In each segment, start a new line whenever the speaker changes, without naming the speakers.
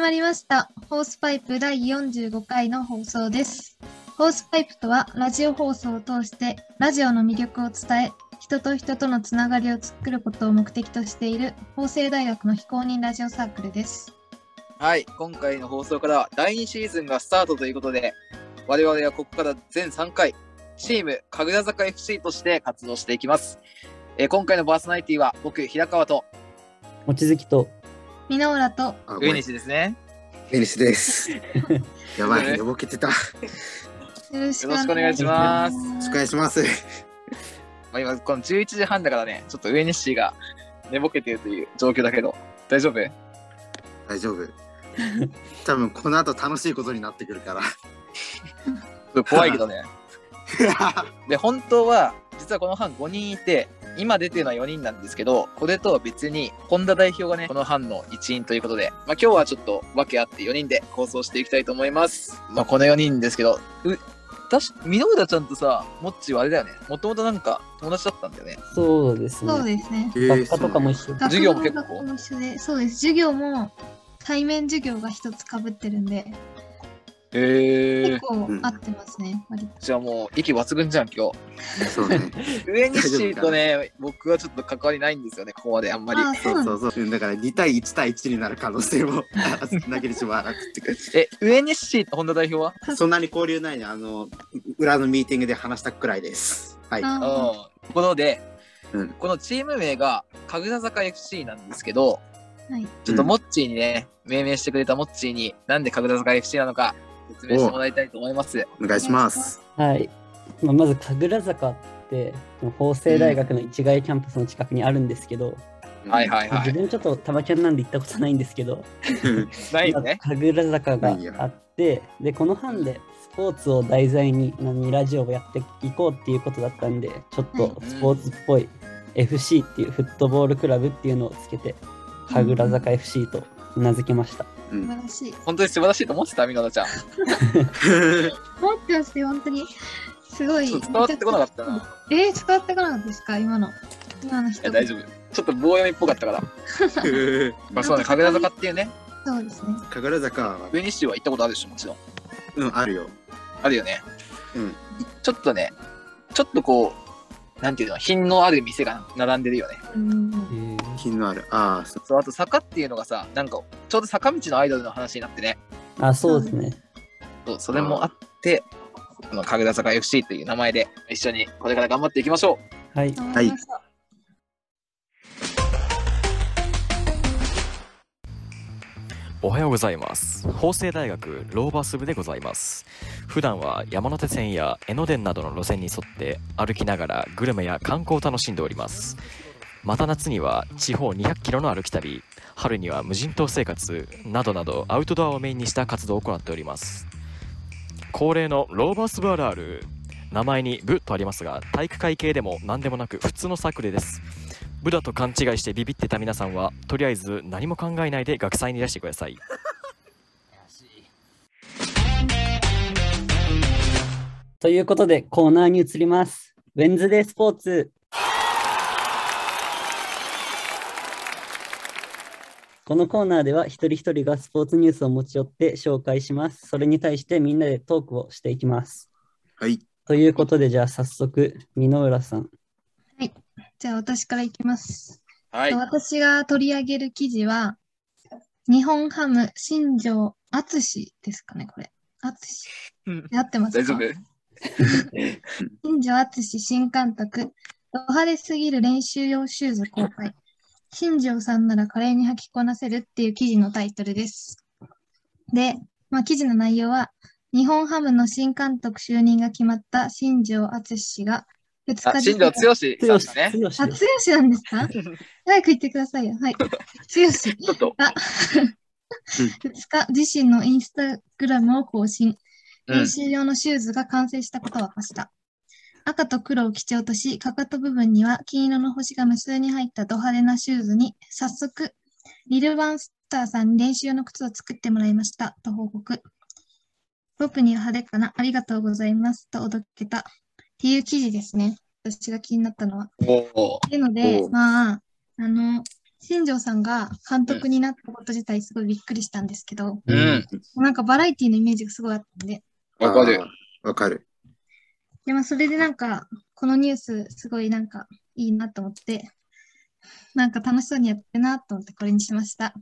まりました。ホースパイプ第45回の放送です。ホースパイプとは、ラジオ放送を通して、ラジオの魅力を伝え、人と人とのつながりを作ることを目的としている、法政大学の非公認ラジオサークルです。
はい、今回の放送からは第2シーズンがスタートということで、我々はここから全3回、チーム神楽坂 FC として活動していきます。えー今回のパーソナリティは僕、平川と
望月と
箕浦と、
あ
上西ですね。
上 西です。やば
ね
い、寝ぼけてた。よ
よろしく
よろしくお願いします
ろしくお願いします。
まあ、今、この11時半だからね、ちょっと上西が寝ぼけているという状況だけど、大丈夫
大丈夫。多分この後楽しいことになってくるから。
怖いけどね。で、本当は、実はこの班5人いて、今出てるのは4人なんですけど、これとは別に、本田代表がね、この班の一員ということで、まあ今日はちょっと訳あって4人で構想していきたいと思います。まあこの4人ですけど、う、確か、箕浦ちゃんとさ、もっちはあれだよね。もともとなんか友達だったんだよね。
そうですね
そうですね。
え
学科とかも
そう
一緒
学授業も結構
学部の学校も一緒で、そうです。授業も、対面授業が一つ被ってるんで、
へ
結構
うん
合ってますね、割と
じゃあもう、息抜群じゃん、今日。
そうね。
上西とね、僕はちょっと関わりないんですよね、ここまであんまり。
あそ
そう
な
うん
だ
そうそう。だから2対1対1になる可能性も投げるしもあらくってくる。
え、上西と本田代表は
そんなに交流ないね。あの、裏のミーティングで話したくらいです。はい。
あー
うん。ところで、
うん
このチーム名が神楽坂 FC なんですけど、
はい。
ちょっとモッチーにね、命名してくれたモッチーに、なんで神楽坂 FC なのか説明してもらいたいと思います。
お願いします。
はい、まあ、まず神楽坂ってその法政大学の一概キャンパスの近くにあるんですけど、
はいはいは
自
い。
分ちょっとタバキャンなんで行ったことないんですけど、
ないよね。
まあ神楽坂があってでこの班でスポーツを題材に何ラジオをやっていこうっていうことだったんでちょっと
うん
スポーツっぽい FC っていうフットボールクラブっていうのをつけて神楽坂 FC と名付けました。
う
素
ん。
晴らしい。
本当に素晴らしいと思ってた、みのな ちゃん。
思ってますよ、本当に。すごい。
ちょっと伝わってこなかったな。い
えー、伝わってこなかったですか今の。今の人。
や、大丈夫。ちょっと棒読みっぽかったから。まあそうね、神楽坂っていうね、
そうですね。
神楽坂は、
上西は行ったことあるでしょ、もちろん。
うん、あるよ。
あるよね。
うん。
ちょっとね、ちょっとこう、なんていうの、品のある店が並んでるよね。
うん。
品のある。ああ、そう
そう、あと坂っていうのがさ、なんか、ちょうど坂道のアイドルの話になってね、
あそうですね。
そうそれもあって、この神楽坂 FC という名前で一緒にこれから頑張っていきましょう。
はい。
わか
はい
りました
おはようございます法政大学ローバス部でございます普段は山手線や江ノ電などの路線に沿って歩きながらグルメや観光を楽しんでおりますまた夏には地方200キロの歩き旅春には無人島生活などなどアウトドアをメインにした活動を行っております恒例のローバス部あるある名前に部とありますが体育会系でも何でもなく普通のサークルです部だと勘違いしてビビってた皆さんはとりあえず何も考えないで学祭にいらしてください
ということでコーナーに移ります。ウェンズデースポーツ。このコーナーでは一人一人がスポーツニュースを持ち寄って紹介します。それに対してみんなでトークをしていきます。
はい。
ということでじゃあ早速、箕浦さん。
じゃあ私からいきます。
はい。
私が取り上げる記事は、日本ハム新庄敦史ですかね、これ。敦
うん
史。合ってますか
大丈夫
新庄敦史新監督、ド派手すぎる練習用シューズ公開。新庄さんなら華麗に履きこなせるっていう記事のタイトルです。で、まあ、記事の内容は、日本ハムの新監督就任が決まった新庄敦史氏が、2日
あ、
で
新庄剛志さん
強
で
し、
すね。
強し
あ、
で
剛
す。
なんですか早く言ってくださいよ。はい。剛。2
ちょっと、
日、自身のインスタグラムを更新。
うん
練。習用のシューズが完成したことを明かした。赤と黒を基調とし、かかと部分には金色の星が無数に入ったド派手なシューズに、早速、リル・ワンスターさんに練習用の靴を作ってもらいました、と報告。僕には派手かな、ありがとうございます、とおどけた。っていう記事ですね。私が気になったのは。
おー
っていうので
お、う
まあ、あの、新庄さんが監督になったこと自体すごいびっくりしたんですけど、
う。
なんかバラエティのイメージがすごいあったんで、
わかる。
あー。わかる。
でまあ、それでなんか、このニュースすごいなんかいいなと思って、なんか楽しそうにやってるなと思ってこれにしました。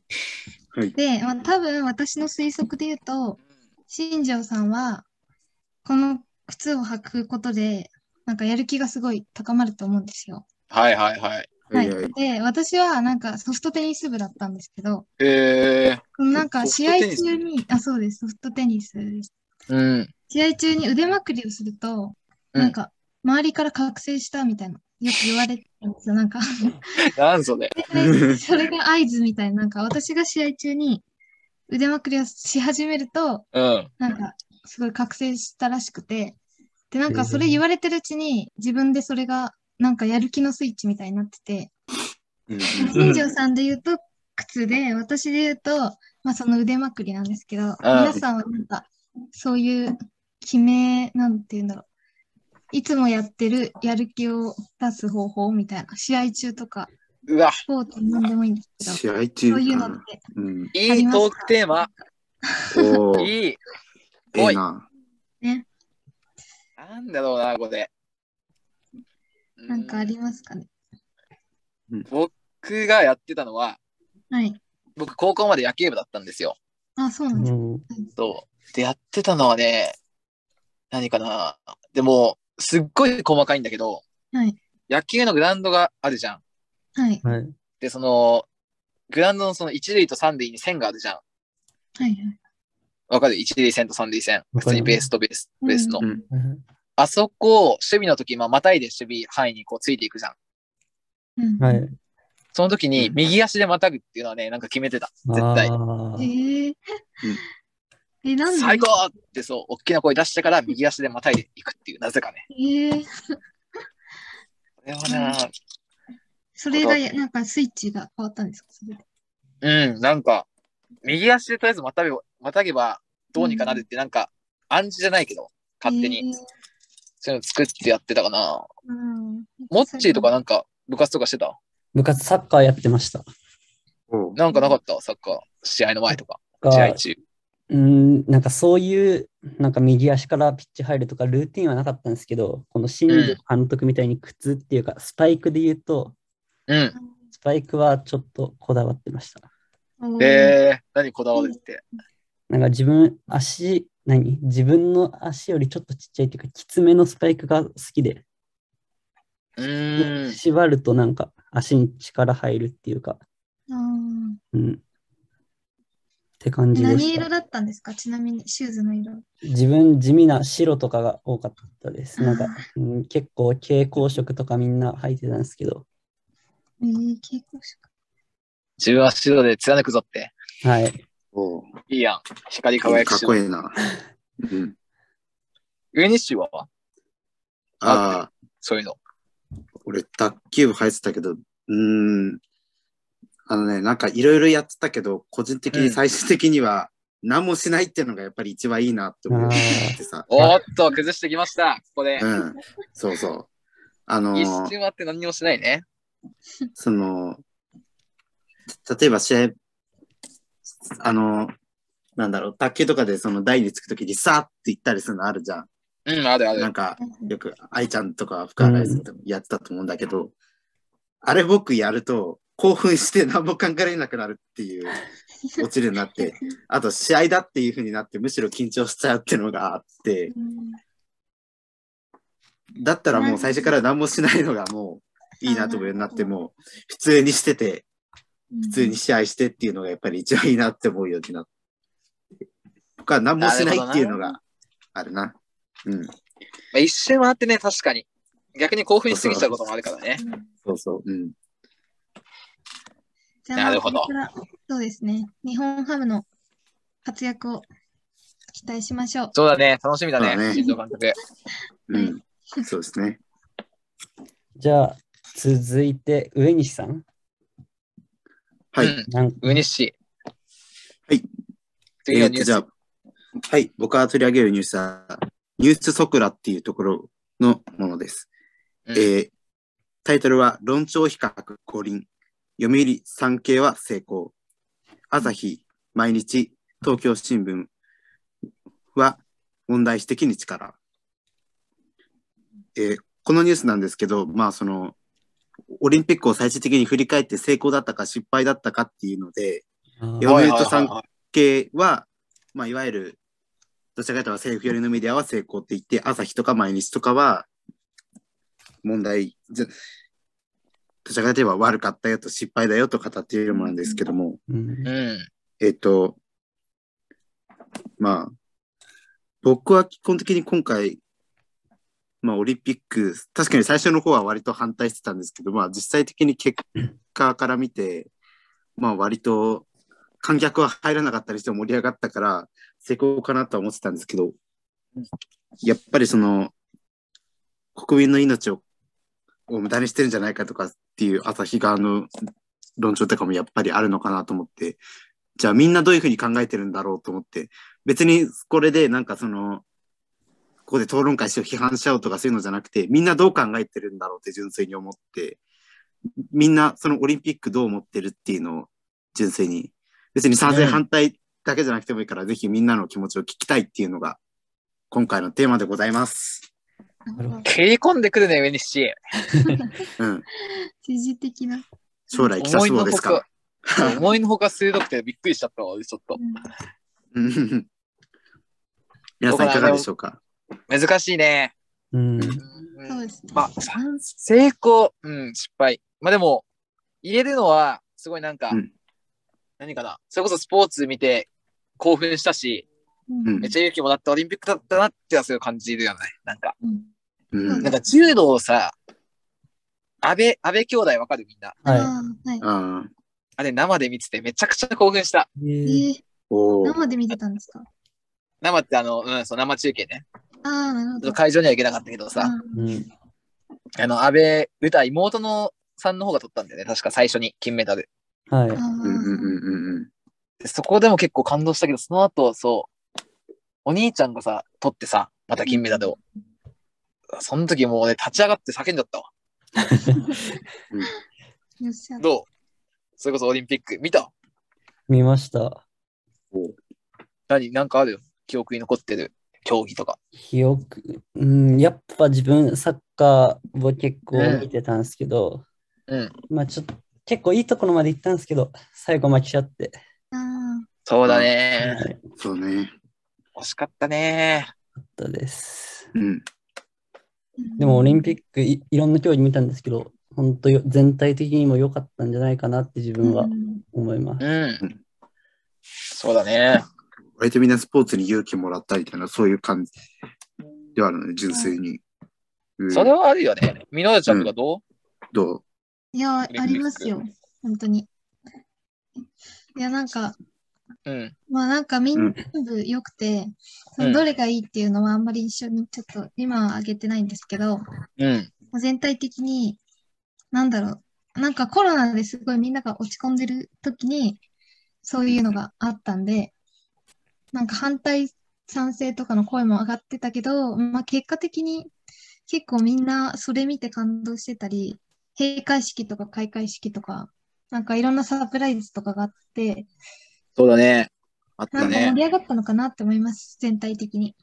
はい
で、まあ、多分私の推測で言うと、新庄さんは、この靴を履くことで、なんかやる気がすごい高まると思うんですよ。
はいはいはい。
はい。
はいはい
で、私はなんかソフトテニス部だったんですけど、
え
なんか
ソフ
試
ト
合
テニス
中に、あ、そうです、ソフトテニスです。
ー。うん。
試合中に腕まくりをすると、
うん
なんか、周りから覚醒したみたいな、よく言われてたんですよ。なんか、
なんそれ。
でそれが合図みたいな、なんか、私が試合中に腕まくりをし始めると、
うん。
なんか、すごい覚醒したらしくて、で、なんか、それ言われてるうちに、自分でそれが、なんか、やる気のスイッチみたいになってて、
うん
新庄さんで言うと靴で、私で言うと、まあその腕まくりなんですけど、皆さんはなんか、そういう決め、なんて言うんだろう。いつもやってるやる気を出す方法みたいな、試合中とか、
うわ、
スポーツなんでもいいんですけど、
試合
そうい
中
う
か
のっ
な。
て
うん。
いいトークテーマ。
おお。
い
い
い。お
い
い
な。
なんだろうな、これ。
なんかありますかね。
僕がやってたのは、
はい。
僕高校まで野球部だったんですよ。
あ、そうなんです。
うん。
そう。で、やってたのはね、何かな。でも、すっごい細かいんだけど、
はい
野球のグラウンドがあるじゃん。
はい。
はい。
で、その、グラウンドのその一塁と三塁に線があるじゃん。
はいはい。
わかる一塁線と三塁線。
わ
普
かる
通にベースとベース、ベースの。
うん
うん
あそこを守備の時、まあ、またいで守備範囲にこうついていくじゃん。
うん、
はい。
その時に
うん
右足でまたぐっていうのはね、なんか決めてた。絶対
あ。ー
えー、え、なんで
最高ってそう、大きな声出してから右足でまたいでいくっていう、なぜかね。
えー、
これはな、
それがや、なんかスイッチが変わったんですかそれで
うん、なんか、右足でとりあえずまたげば、またげばどうにかなるって、なんか、暗示じゃないけど、勝手に、
えー
そういうの作ってやってたかな。
うん
モッチーとかなんか、部活とかしてた
部活サッカーやってました。
おう
なんかなかったサッカー、試合の前とか、
が
試合中。
うん、なんかそういう、なんか右足からピッチ入るとかルーティンはなかったんですけど、この新庄監督みたいに靴っていうか、スパイクで言うと、
うん。
スパイクはちょっとこだわってました。
うん
えー、何こだわるって。
なんか自分、足、何自分の足よりちょっとちっちゃいっていうか、きつめのスパイクが好きで、
うーん。
縛るとなんか足に力入るっていうか、
うん
うん。って感じで
何
し
色
た。
だったんですかちなみにシューズの色。
自分、地味な白とかが多かったです。なん
あ
か、うん、結構蛍光色とかみんな履いてたんですけど、
えー、蛍光色。
自分は白で貫くぞって。
はい。
おう
いいやん。光り
か
輝く
っ
し。
こいいな。うん。
上西は
ああ、
そういうの。
俺、卓球部入ってたけど、うーん。あのね、なんかいろいろやってたけど、個人的
うん
に最終的には何もしないっていうのがやっぱり一番いいなって思う
あ
ってさ。
おーっと、崩してきました。ここで。
うん。そうそう。あのー
一瞬待って何にもしないね。
その、例えば試合、あの、なんだろう、卓球とかでその台につくときにさーって言ったりするのあるじゃん。
うん、あるあ
なん
る。
か、よく愛ちゃんとか深原愛さんとかやってたと思うんだけど、あれ僕やると興奮して何も考えられなくなるっていう落ちるようになって、あと試合だっていう風になってむしろ緊張しちゃうっていうのがあって、
うん
だったらもう最初から何もしないのがもういいなと思うようになって、もう普通にしてて、普通に試合してっていうのがやっぱり一番いいなって思うようになって。僕は何もしないっていうのがあるな。うん。
まあ、一瞬待ってね、確かに。逆に興奮しすぎちゃうこともあるからね。
うん
そうそう。うん。
じゃあ、
なるほど
これからそうですね。日本ハムの活躍を期待しましょう。
そうだね、楽しみだ
そうだ
ね、
ね
新庄監督。。
うん。そうですね。
じゃあ、続いて、上西さん。
はいう
ん
なん
上西。
はい。
次のニュース。
えーとじゃあはい、僕が取り上げるニュースは、ニュースソクラっていうところのものです。
うん
えータイトルは、論調比較五輪。読売産経は成功。朝日、毎日、東京新聞は問題指摘に力。えーこのニュースなんですけど、まあその、オリンピックを最終的に振り返って成功だったか失敗だったかっていうので、
あ
読
ー
売と産系は、まあ、いわゆる、どちらかというと政府寄りのメディアは成功って言って、朝日とか毎日とかは、問題、じゃどちらかといえば悪かったよと失敗だよと語っているものなんですけども、
う
う
ん
ん。
えっと、まあ、僕は基本的に今回、まあオリンピック、確かに最初の方は割と反対してたんですけど、まあ実際的に結果から見て、まあ割と観客は入らなかったりしても盛り上がったから、成功かなとは思ってたんですけど、やっぱりその、国民の命をを無駄にしてるんじゃないかとかっていう朝日側の論調とかもやっぱりあるのかなと思って、じゃあみんなどういうふうに考えてるんだろうと思って、別にこれでなんかその、ここで討論会しよう、批判しちゃおうとかそういうのじゃなくて、みんなどう考えてるんだろうって純粋に思って、みんなそのオリンピックどう思ってるっていうのを純粋に、別に賛
う
成
ん
反対だけじゃなくてもいいから、ぜひみんなの気持ちを聞きたいっていうのが、今回のテーマでございます。
なるほど
切り込んでくるね、上西。
うん。
政治的な。
将来記者
思
志
い
望
の
で
ほ
すか
か、思いのほか鋭くてびっくりしちゃったわ、ちょっと。
うん皆さんいかがでしょうか
難しいね。
うん
うん
そうですね。
まあ、成功、うん、失敗。まあでも、入れるのは、すごいなんか、
うん
何かな、それこそスポーツ見て興奮したし、
うん
うん
めっちゃ勇気もらってオリンピックだったなってはすごい感じるよね。なんか、
うん
うん
なんか柔道をさ、安倍、安倍兄弟わかるみんな。
は
あーはい。
あー
あれ生で見ててめちゃくちゃ興奮した。
い。
え
えー
ー、
おー
生で見てたんですか
生ってあの、うん、そう生中継ね。
ああ、なるほど。
会場には行けなかったけどさ、
うん
うん
あの、安倍歌、妹のさんの方が取ったんだよね。確か最初に金メダル。
はい。
あー
うんうんうんうんうん。
でそこでも結構感動したけど、その後、そう、お兄ちゃんがさ、取ってさ、また金メダルを。その時もうね、立ち上がって叫んじゃったわ。
よっしゃ。
どうそれこそオリンピック。見た
見ました。
何なんかあるよ。記憶に残ってる競技とか。
記憶、うん、やっぱ自分、サッカーを結構見てたんですけど、
うん。
まあちょっと、結構いいところまで行ったんですけど、最後負けちゃって。
ああ
そうだね。
はい。よ
そうね。
惜しかったね。
かったです。
うん。
ー。
でもオリンピ
ッ
ックい、いろんな競技見たんですけど、本当よ全体的にも良かったんじゃないかなって自分は思います。
うん。そうだね。
割とみんなスポーツに勇気もらったみたいな、そういう感じではあるので、純粋に。うん
それはあるよね。みのやちゃんとかどう、
どう
いや、あ
リンピック
りますよ。本当に。いや、なんか、
うん、
まあなんかみ
うん
んな良くて、その
うん
どれがいいっていうのはあんまり一緒にちょっと今は上げてないんですけど、
うん。
全体的に、なんだろう、なんかコロナですごいみんなが落ち込んでる時に、そういうのがあったんで、なんか反対賛成とかの声も上がってたけど、まあ結果的に結構みんなそれ見て感動してたり、閉会式とか開会式とか、なんかいろんなサプライズとかがあって、
そうだね。あっ
な
た
んか盛
ね。
り上がったのかなって思います、全体的に。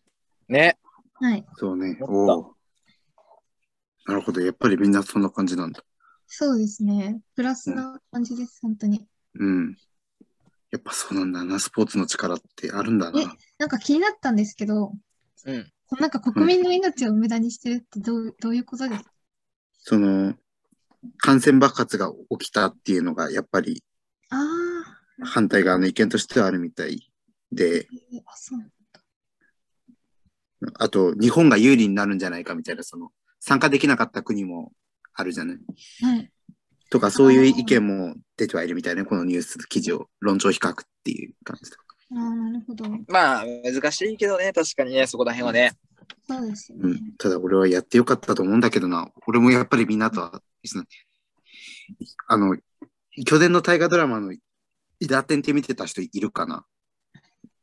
ね。
はい。
そうね。
思った
おおー。なるほど。やっぱりみんなそんな感じなんだ。
そうですね。プラスな感じです、本当に。
うん。やっぱそうなんだな。スポーツの力ってあるんだ
え
な。
なんか気になったんですけど、
うん。
なんか国民の命を無駄にしてるってどうどういうことですか
その、感染爆発が起きたっていうのが、やっぱり
あー
反対側の意見としてはあるみたいで、
えーあ、そう。
あと、日本が有利になるんじゃないかみたいな、その、参加できなかった国もあるじゃない。
はい。
とか、そういう意見も出てはいるみたいな、このニュース記事を論調比較っていう感じとか。
ああ、なるほど。
まあ、難しいけどね、確かにね、そこら辺はね。
そうですよ
う
ね。
ん。ただ、俺はやってよかったと思うんだけどな、俺もやっぱりみんなとは一緒なんだあの、去年の大河ドラマのイダテンって見てた人いるかな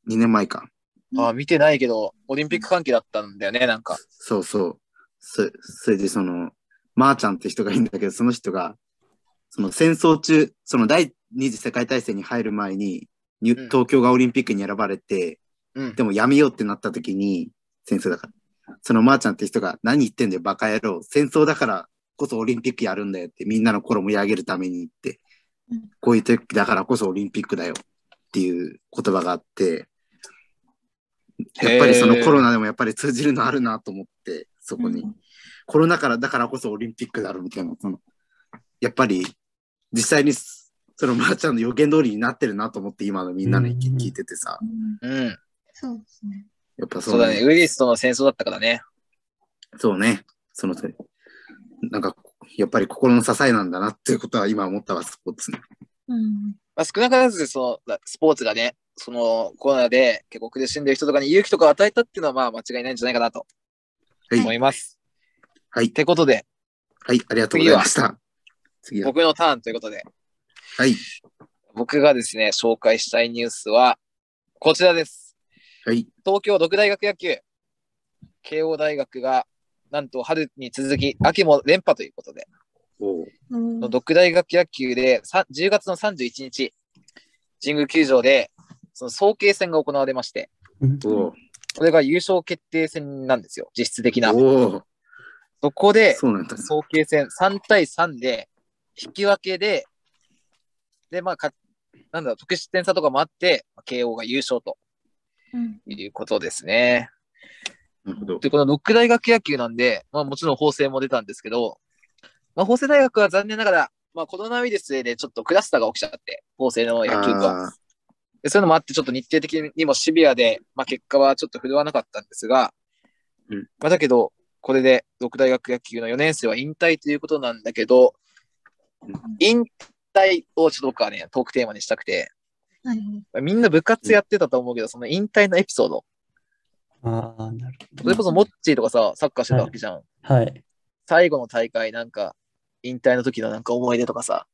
?2 年前か。
ああ、見てないけど、オリンピック関係だったんだよね、なんか。
そうそう。そそれでその、まー、ちゃんって人がいるんだけど、その人が、その戦争中、その第二次世界大戦に入る前に、に
うん
東京がオリンピックに選ばれて、
うん
でもやめようってなった時に、戦争だから。そのまーちゃんって人が、何言ってんだよ、バカ野郎。戦争だからこそオリンピックやるんだよって、みんなの心を盛り上げるためにって
うん、
こういう時だからこそオリンピックだよっていう言葉があって、やっぱりそのコロナでもやっぱり通じるのあるなと思って、そこに
うん。
コロナからだからこそオリンピックだろうみたいな、その、やっぱり実際にすそのまーちゃんの予言通りになってるなと思って今のみんなの意見聞いててさ、
うん
うん。
そうですね。
やっぱそ
そうう
ね
だね。ウイルスとの戦争だったからね。
そうね。その通り。なんか、やっぱり心の支えなんだなっていうことは今思ったわ、スポーツね。
うん。
まあ、少なからずそのスポーツがね、そのコロナで結構苦しんでる人とかに勇気とかを与えたっていうのはまあ間違いないんじゃないかなと
はい
思います。
はい
ってことで、
はい、ありがとうございました。次は。
僕のターンということで、
はい。
僕がですね、紹介したいニュースはこちらです。
はい。
東京六大学野球、慶応大学がなんと春に続き秋も連覇ということで、
おう
うん
六大学野球でさ10月の31日、神宮球場でその早慶戦が行われまして、
うん
おう
これが優勝決定戦なんですよ、実質的な。
おう
そこで、
そうなんだ。
早慶戦3対3で、引き分けで、で、まあ、かなんだろう、得失点差とかもあって、慶応が優勝と
うん
いうことですね。
なるほど。
で、この六大学野球なんで、まあ、もちろん法政も出たんですけど、まあ、法政大学は残念ながら、まあ、コロナウイルスでちょっとクラスターが起きちゃって、法政の野球部は。
あ
でそういうのもあって、ちょっと日程的にもシビアで、まあ、結果はちょっと振るわなかったんですが、
うん
まあ、だけど、これで六大学野球の4年生は引退ということなんだけど、引退をちょっと僕はね、トークテーマにしたくて、
はい。
まあみんな部活やってたと思うけど、その引退のエピソード、
ああ、なる
それこそモッチーとかさ、サッカーしてたわけじゃん。
ほど。はい。
最後の大会、なんか、引退の時のなんか思い出とかさ、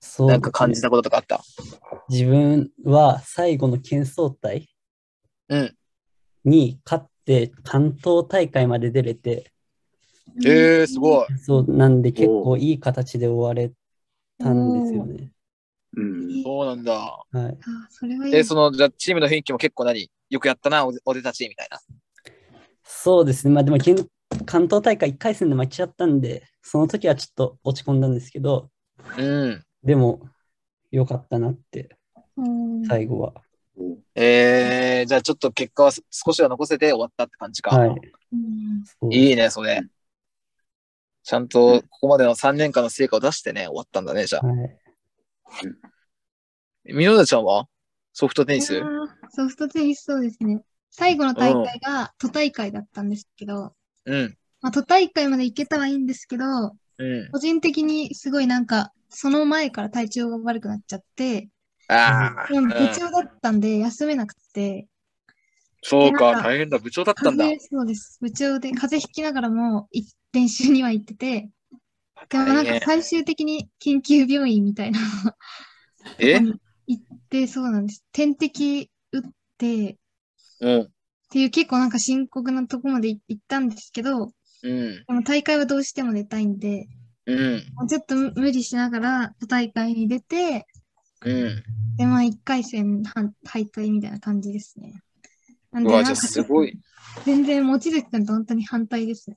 そう
なんか感じたこととかあった。
自分は最後の県総体
うん。
に勝って関東大会まで出れて、
ええー、すごい。
そうなんで結構いい形で終われたんですよね。
うん。
そうなんだ。
はい。
あ、それはいい。
え、その、じゃあチームの雰囲気も結構何よくやったな、お俺たち、みたいな。
そうですね。まあでも県関東大会1回戦で負けちゃったんで、その時はちょっと落ち込んだんですけど、
うん。
でも良かったなって、
うん
最後は。
おう
えー、じゃあちょっと結果は少しは残せて終わったって感じか。
はい。
うん
そう
いいね、それ。ちゃんとここまでの3年間の成果を出してね、終わったんだね、じゃあ。
はい。
みのだちゃんはソフトテニ
い
ス
やーソフトテニスそうですね。最後の大会が都大会だったんですけど、
うん。
まあ、都大会まで行けたはいいんですけど、
うん。
個人的にすごいなんか、その前から体調が悪くなっちゃって、
ああ、
でも部
うん
長だったんで休めなくて、
そ
な
う
ん
か、
か
大変だ。部長だったん
風。
だ
邪そうです。部長で風邪ひきながらもい練習には行ってて、でもな
大
んか
変
最終的に緊急病院みたいな
え
とこに行って、そうなんです。点滴打って、っ
うん。
ていう結構なんか深刻なとこまで行ったんですけど、
うん。
でも大会はどうしても出たいんで、
うん。
もうちょっと無理しながら都大会に出て、
うん。
で、まあ1回戦半敗退みたいな感じですね。なん
う
で、
わ、
な
じゃ
ん
あ
か
すごい。
全然望月君と本当に反対ですね。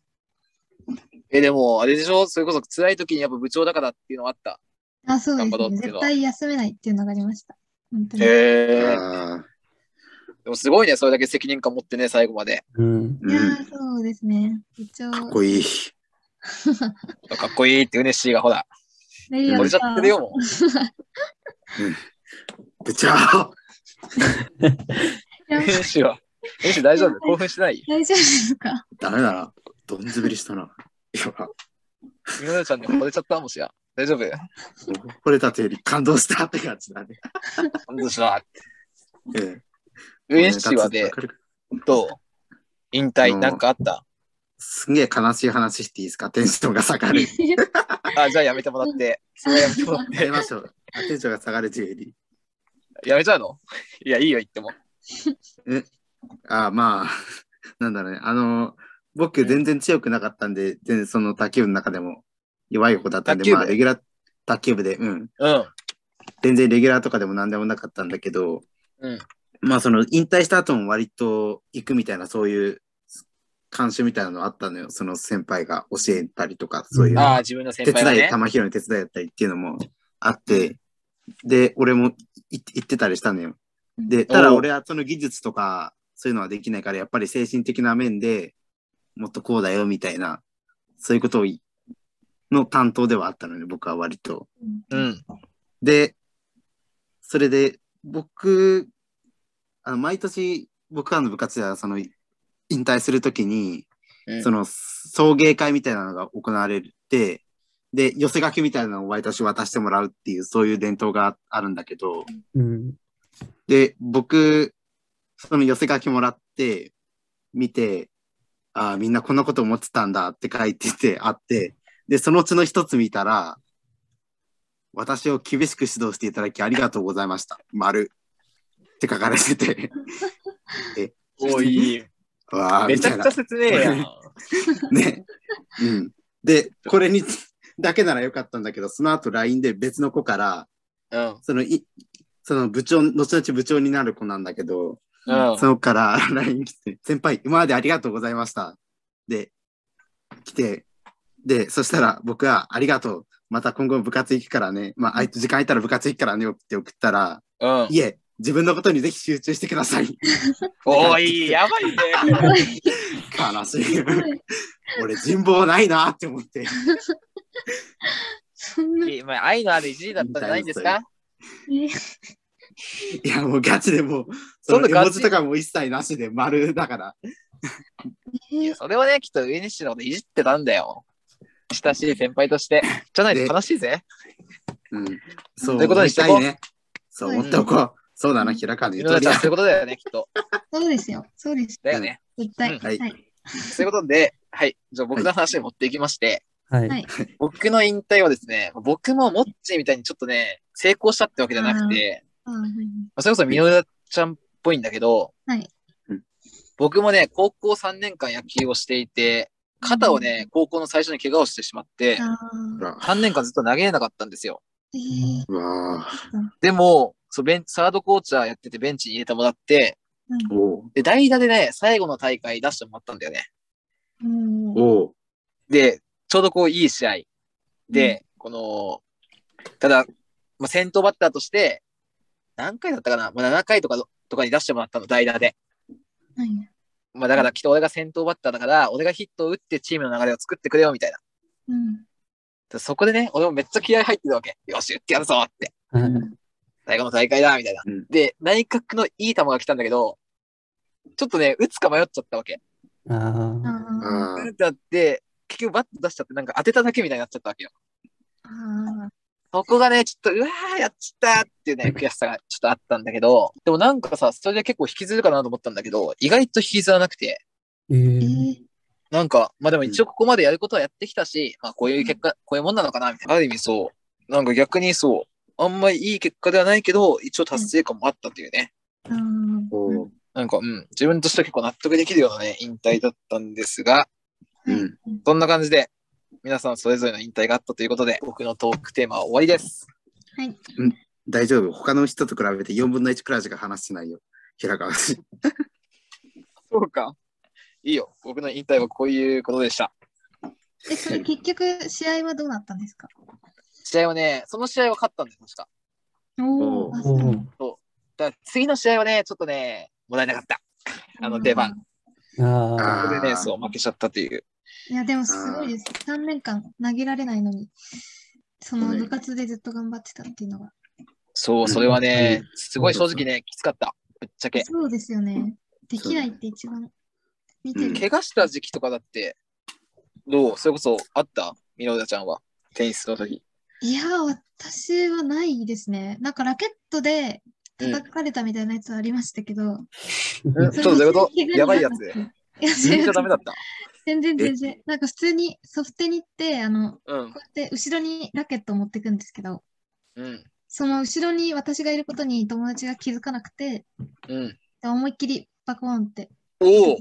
え、でも、あれでしょそれこそ辛い時にやっぱ部長だからっていうのはあった。
あ、そうです
頑張ろうっ
ね。
ていうの
絶
は
対休めないっていうのがありました。本当に。
へー
ああ。
でもすごいね、それだけ責任感持ってね、最後まで。
うん。
いや
うん。
ー、そうですね。一応、
かっこいい。
かっこいいっていうね、シーがほら、
メリー
惚
は
れちゃってるよ、もう。
部長あ
い や
編集は。編集大丈夫興奮しない
大丈夫ですか
ダメだな。どんずべりしたな。やば。
みのなちゃんに惚れちゃったもしや。大丈夫
惚れたというより感動したって感じだね。
本当しな。
うん。
編集は
わ
ね、
かる
どう引退なんかあった
すんげえ悲しい話していいですかテンションが下がる。
あ、じゃあやめてもらって。それはやめてもらっ
やり
て。
ましょう。テンションが下がるジュエリ ー。
やめちゃうのいや、いいよ、言っても。
ああまあ、 なんだろうね。あの、僕全然強くなかったんで、全然その卓球部の中でも弱い方だったん
卓
で、
球部
まあ、レギュラー、卓球部で、うん。
うん。
全然レギュラーとかでも何でもなかったんだけど、
うん
まあ、その、引退した後も割と行くみたいな、そういう、監修みたいなのあったのよ。その先輩が教えたりとか、そういう。
ん
ああ、自分の先
手
輩が
伝い、
ね。
玉拾いの手伝いだったりっていうのもあって、で、俺もい行ってたりしたのよ。で、ただ
おう
俺はその技術とか、そういうのはできないから、やっぱり精神的な面でもっとこうだよみたいな、そういうことをいの担当ではあったのね、僕は割と。
うん。
で、それで、僕、あの毎年、僕らの部活では、その、引退するときに、
うん
その、送迎会みたいなのが行われて、で、寄せ書きみたいなのを毎年渡してもらうっていう、そういう伝統があるんだけど、
うん。
で、僕、その寄せ書きもらって、見て、ああ、みんなこんなこと思ってたんだって書いてて、 あって、で、そのうちの一つ見たら、私を厳しく指導していただきありがとうございました。丸。って書かれ てて、
おい、
わあ、
め
み
ちゃ
たい
く
な
ちゃ。説明やん。
ね。うん。で、これに、だけならよかったんだけど、その後 LINE で別の子から、
うん。
その、い、その部長、後々部長になる子なんだけど、
うん。
そのから LINE 来て、先輩、今までありがとうございました。で、来て、で、そしたら僕は、ありがとう。また今後部活行くからね。まあ、あいつ時間空いたら部活行くからねって送ったら、
うん。
いえ、自分のことにぜひ集中してください。
おい、やばいね。
悲しい。 俺、人望ないなって思って。
そんな、
えまあ、愛のあるいじりだったんじゃないんですか
え
いや、もうガチでもう、
そ
そ
んな
の絵
ガチ
文字とかも一切なしで丸だから。
いやそれはね、きっと上西のこといじってたんだよ。親しい先輩として。じゃないと悲しいぜ。
うん。そう、
ということにしてこう
思いたいね。そう、思っておこう。そうだな、開かねえ
井
と
上
り
ち
あ
ゃ
え
ん、そうい
ず
うことだよね、きっと。
そうですよ。そうです。
だよね。
絶対。
うん
はい
はい。
そういうことで、はい。じゃあ僕の話に持っていきまして、
はい。
はい
僕の引退はですね、僕もモッチーみたいにちょっとね、成功したってわけじゃなくて、
あーはい
まあそれこそミノラちゃんっぽいんだけど、
はい
うん
僕もね、高校3年間野球をしていて、肩をね、高校の最初に怪我をしてしまって、
あ
ほら
3年間ずっと投げれなかったんですよ。
ーえー
うわあ。
でも、そうベンサードコーチャーやっててベンチに入れてもらって、
おう
で、代打でね、最後の大会出してもらったんだよね。
うん
おう
で、ちょうどこう、いい試合で、この、ただ、まあ、先頭バッターとして、何回だったかな、まあ、7回とかのとかに出してもらったの、代打で。
はい
まあ、だから、きっと俺が先頭バッターだから、俺がヒットを打ってチームの流れを作ってくれよ、みたいな。
うん
でそこでね、俺もめっちゃ気合入ってたわけ。よし、打ってやるぞって。
は
う
い
ん
最後の大会だ、みたいな。
うん
で、内角のいい球が来たんだけど、ちょっとね、打つか迷っちゃったわけ。
ああ。
あー
打
あー
ってなって、結局バット出しちゃって、なんか当てただけみたいになっちゃったわけよ。
あ
そこがね、ちょっと、うわー、やっちゃったっていうね、悔しさがちょっとあったんだけど、でもなんかさ、それで結構引きずるかなと思ったんだけど、意外と引きずらなくて、
え
ーえ
え。
ー
なんか、まあでも一応ここまでやることはやってきたし、まあこういう結果、こういうもんなのかな、みたいな。ある意味そう、なんか逆にそう、あんまりいい結果ではないけど、一応達成感もあったっていうね。
あー
おう
なんか、うん、自分としては結構納得できるようなね、引退だったんですが、
うん
そんな感じで、皆さんそれぞれの引退があったということで、僕のトークテーマは終わりです。
はい。
大丈夫。他の人と比べて4分の1くらいしか話してないよ。平川氏。
そうか。いいよ。僕の引退はこういうことでした。
え、それ結局、試合はどうなったんですか
試合はね、その試合は勝ったんです、確か。
おーあそう
お
な
お
んだ。
だから次の試合はね、ちょっとね、もらえなかった。あの出番。
ああ。
それでね、
あー
そう、負けちゃったという。
いや、でもすごいです。3年間投げられないのに、その
そうね
部活でずっと頑張ってたっていうのが。
そう、それはね
う、
すごい正直ね、きつかった。ぶっちゃけ。
そうですよね。できないって一番見て
うん、
る。
怪我した時期とかだって、どうそれこそあったミノダちゃんは。テニスの時。
いや、私はないですね。なんかラケットで
うん
叩かれたみたいなやつはありましたけど。
うん、ちょっとどういうことやばいやつ。
いや、
全
全
然
然
ダメだった。
全然全然。なんか普通にソフトに行って、あの、
う
こ。
ん
うやって後ろにラケットを持ってくんですけど、
うん。
その後ろに私がいることに友達が気づかなくて、
うん。
で思いっきりバコーンって。
おお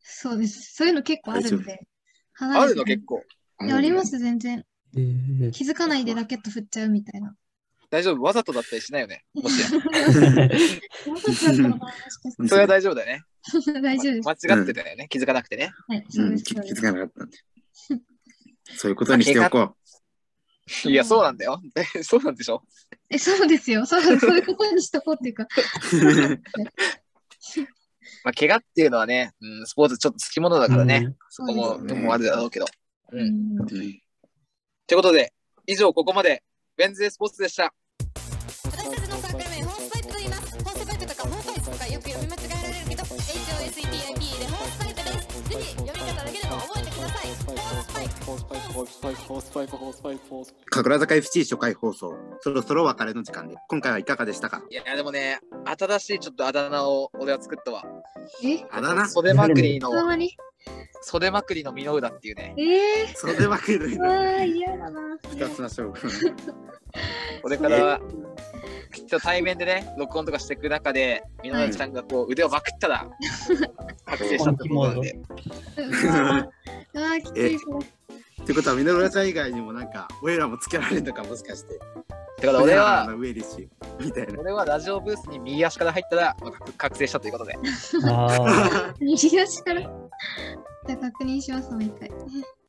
そうです。そういうの結構あるんで。離
あ
れ
る
て
の結構。
いやあります、全然。
えー
気づかないでラケット振っちゃうみたいな。
大丈夫わざとだったりしないよね。もしや
もう一つだったのかなもしかし
それは大丈夫だよね。
たら大丈夫です。
ま間違ってたよね。気づかなくてね。
はい、そううんです。
気
そう
気
で
づ
す
かなかったんで。そういうことにしておこ
いや、そうなんだよ。 えそうなんで しょ
え、そうですよ。そう、そういうことにしとこうっていうか。
う。
まあ、怪我っていうのはね、うん、スポーツちょっとつきものだからね。
うん
そこも、
そうです
で
ね
もあるだろうけど。う。
うんん
ということで、以上ここまで、ベンズデースポーツでした。
私たちのサークル名ホースパイプと言いますホースパイプとかホースパイプとかよく読み間違えられるけど HOSEPIP でホースパイプですぜひ読み方だけでも覚えてくださいホースパイプ
神楽坂 FC 初回放送、そろそろお別れの時間で、今回はいかがでしたか
いやー、でもね、新しいちょっとあだ名を俺は作ったわ。
え、
あだな、
袖まくり
その
の、
間に
袖まくりの箕浦っていうね、
え
それは来る
ー、わあ、嫌だな。
二つの勝負。
これから、きっと対面でね、録音とかしていく中で、箕浦ちゃんがこう腕をまくったら、覚醒したってことなんで。
うわーうわー、きついそれ。
ということは、ミノルラちゃん以外にもなんか、俺らもつけられるのか、もしかして。
だから俺は、
ウェリッシュみたいな。
俺はラジオブースに右足から入ったら、まあ覚覚醒したということで。
あ
右足 から。じゃあ確認します、もう一回。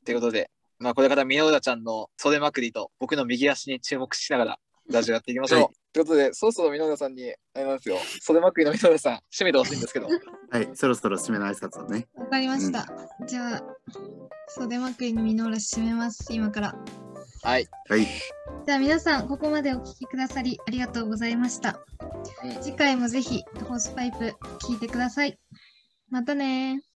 ということで、まあ、これから宮浦ちゃんの袖まくりと僕の右足に注目しながらラジオやっていきましょう。
はい
ということで、そろそろ宮浦さんに、あれなんですよ、袖まくりの宮浦さん、締めてほしいん ですけど、
はい、そろそろ締めの挨拶をね。
わかりました。じゃあ、袖まくりの箕浦締めます、今から。
はい、
はい、
じゃあ皆さん、ここまでお聞きくださりありがとうございました
うん。
次回もぜひ、ホースパイプ聞いてください。またねー。